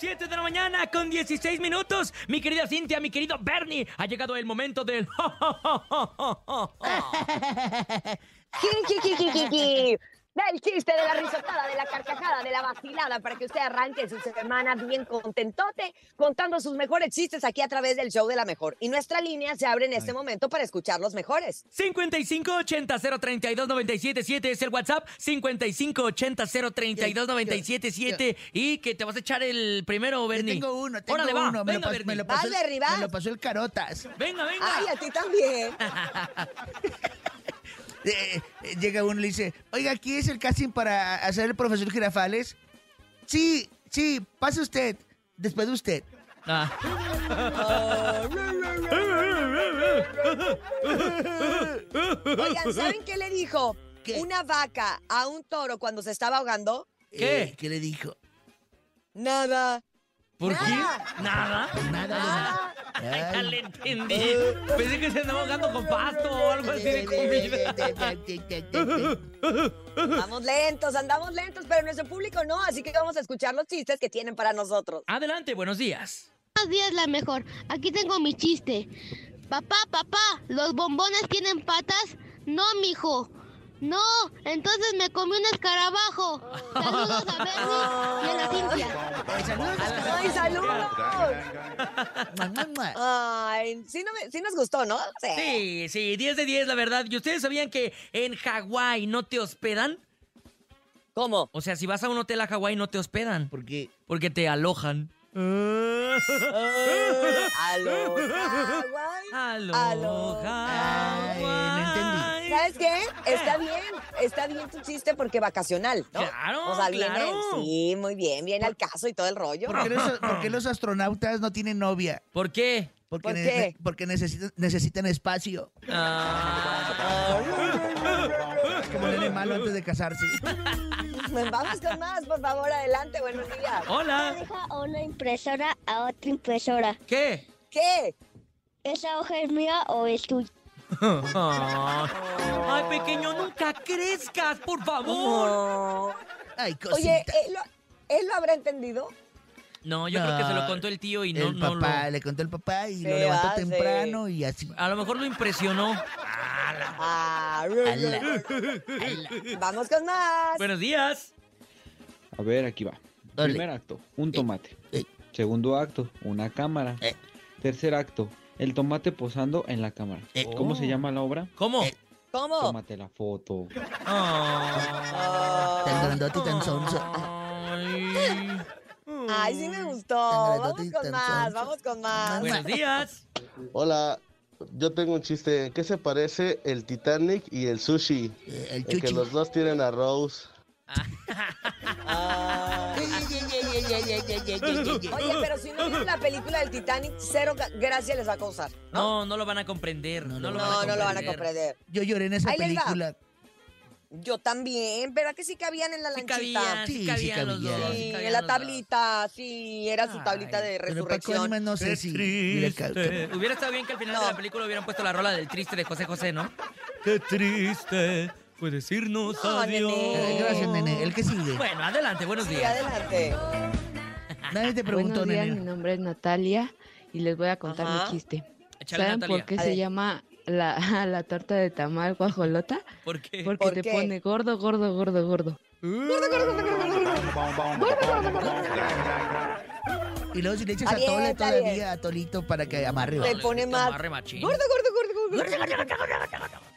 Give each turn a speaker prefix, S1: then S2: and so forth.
S1: 7 de la mañana con 16 minutos. Mi querida Cintia, mi querido Bernie, ha llegado el momento del...
S2: Jijijijiji. Del chiste, de la risotada, de la carcajada, de la vacilada, para que usted arranque su semana bien contentote, contando sus mejores chistes aquí a través del show de la mejor. Y nuestra línea se abre en este momento para escuchar los mejores.
S1: 5580-032-977 es el WhatsApp. 5580-032-977. Y que te vas a echar el primero,
S3: Yo
S1: Bernie.
S3: tengo uno, tengo
S1: Órale, va.
S3: uno. Me,
S1: Venga,
S3: lo pas-
S1: Bernie.
S3: me lo pasó
S2: Vas, Bernie,
S3: el,
S2: vas.
S3: me lo pasó el carotas.
S1: Venga, venga.
S2: Ay, a ti también.
S3: Eh, eh, llega uno y le dice, oiga, ¿aquí es el casting para hacer el profesor Girafales? Sí, sí, pase usted, después de usted.
S1: Ah.
S2: Oigan, ¿saben qué le dijo
S3: ¿Qué?
S2: una vaca a un toro cuando se estaba ahogando?
S1: ¿Qué?
S3: Eh, ¿Qué le dijo?
S2: Nada.
S1: ¿Por qué?
S2: Nada.
S1: Nada.
S3: Nada,
S2: Ah.
S3: de
S1: Ay,
S3: nada.
S1: ya le entendí. Pensé que se andaba ahogando con pasto o algo así de pues, comida.
S2: Andamos lentos, andamos lentos, pero nuestro público no, así que vamos a escuchar los chistes que tienen para nosotros.
S1: Adelante, buenos días.
S4: Buenos días, la mejor. Aquí tengo mi chiste. Papá, papá, ¿los bombones tienen patas? No, mijo. No, entonces me comí un escarabajo. Saludos a Bernie y a la Cintia.
S2: ¡Ay, saludos! Ay, sí, no me- sí nos gustó, ¿no?
S1: Sí, sí, 10 de 10, la verdad. ¿Y ustedes sabían que en Hawái no te hospedan?
S2: ¿Cómo?
S1: O sea, si vas a un hotel a Hawái no te hospedan
S3: Porque
S1: porque te alojan.
S2: A los Hawái.
S1: Aloja.
S3: Ay, no entendí.
S2: ¿Sabes qué? Está bien, está bien tu chiste porque vacacional, ¿no?
S1: Claro,
S2: O sea, viene-
S1: claro.
S2: sí, muy bien, viene al caso y todo el rollo.
S3: ¿por qué los, por qué los astronautas no tienen novia?
S1: ¿Por qué?
S3: Porque,
S2: ¿Por
S3: ne-
S2: qué?
S3: porque necesitan, necesitan espacio.
S1: Ah,
S3: Es como el nene malo antes de casarse.
S2: Vamos con más, por favor, adelante, buenos días.
S1: Hola.
S4: Deja una impresora a otra impresora.
S1: ¿Qué?
S2: ¿Qué?
S4: ¿Esa hoja es mía o es tuya?
S3: Ah.
S1: Ay, pequeño, nunca crezcas, por favor.
S2: Oh.
S3: Ay,
S2: Oye,
S3: cosita.
S2: ¿él lo, él lo habrá entendido?
S1: No, yo
S3: No,
S1: creo que se lo contó el tío y no,
S3: el
S1: no lo.
S3: papá, le contó el papá y lo
S2: Se
S3: levantó
S2: hace.
S3: temprano y así.
S1: A lo mejor lo impresionó.
S2: Ah, Vamos con más.
S1: Buenos días.
S5: A ver, aquí va.
S3: Dale.
S5: Primer acto, un tomate.
S3: eh.
S5: Segundo acto, una cámara.
S3: Eh.
S5: Tercer acto, el tomate posando en la cámara.
S3: Eh.
S5: ¿Cómo
S1: Oh.
S5: se llama la obra?
S1: ¿Cómo?
S3: Eh.
S2: ¿Cómo?
S5: Tómate la foto.
S1: Oh.
S2: Ah.
S3: Tan grandote y tan sonso.
S1: Ay.
S2: Ay, sí me gustó. Vamos
S3: Tan grandote y
S2: con
S3: tan
S2: más,
S3: sonso.
S2: vamos con más.
S1: Buenos días.
S6: Hola, yo tengo un chiste. ¿En qué se parece el Titanic y el sushi?
S3: Eh, el
S6: En que
S3: chuchi.
S6: los dos tienen a Rose.
S2: Oye, pero si no vieron la película del Titanic, cero ga- gracia les va a causar.
S1: No, no lo van a comprender. No, lo,
S2: No,
S1: van, a
S2: no lo van a comprender.
S3: Yo lloré en esa
S2: Ahí les va.
S3: película.
S2: Yo también, ¿verdad que sí cabían en la
S1: Sí
S2: lanchita?
S1: cabían,
S3: Sí,
S1: sí
S3: sí
S1: cabían los
S3: cabían.
S1: dos.
S2: Sí,
S1: sí cabían
S2: en la
S1: los dos.
S2: tablita, sí, era su tablita de
S3: Pero Paco
S2: resurrección.
S3: Ánimas no sé
S1: Qué
S3: si.
S1: triste.
S3: Mira, ca-
S1: Hubiera estado bien que al final de
S2: No.
S1: la película hubieran puesto la rola del triste de José José, ¿no? Qué triste fue decirnos
S2: No, nene.
S3: Eh, Gracias, nene. El que sigue.
S1: Bueno, adelante, buenos
S2: Sí,
S1: días.
S2: adelante.
S3: Nadie te preguntó,
S7: Buenos días, mi
S3: nene.
S7: nombre es Natalia y les voy a contar
S2: Ajá.
S7: mi chiste.
S1: Échale,
S7: ¿Saben
S1: Natalia.
S7: por qué
S2: A ver.
S7: se llama la, la torta de tamal guajolota?
S1: ¿Por qué?
S7: Porque
S2: ¿Por
S7: te
S2: qué?
S7: pone gordo, gordo, gordo, gordo.
S3: Y luego si le echas
S2: Está
S3: a
S2: bien,
S3: Tole
S2: está bien.
S3: todavía, a Tolito, para que amarre.
S2: Le
S1: Dale,
S2: pone
S1: que
S2: más.
S1: amarre machín.
S2: Gordo, gordo, gordo, gordo.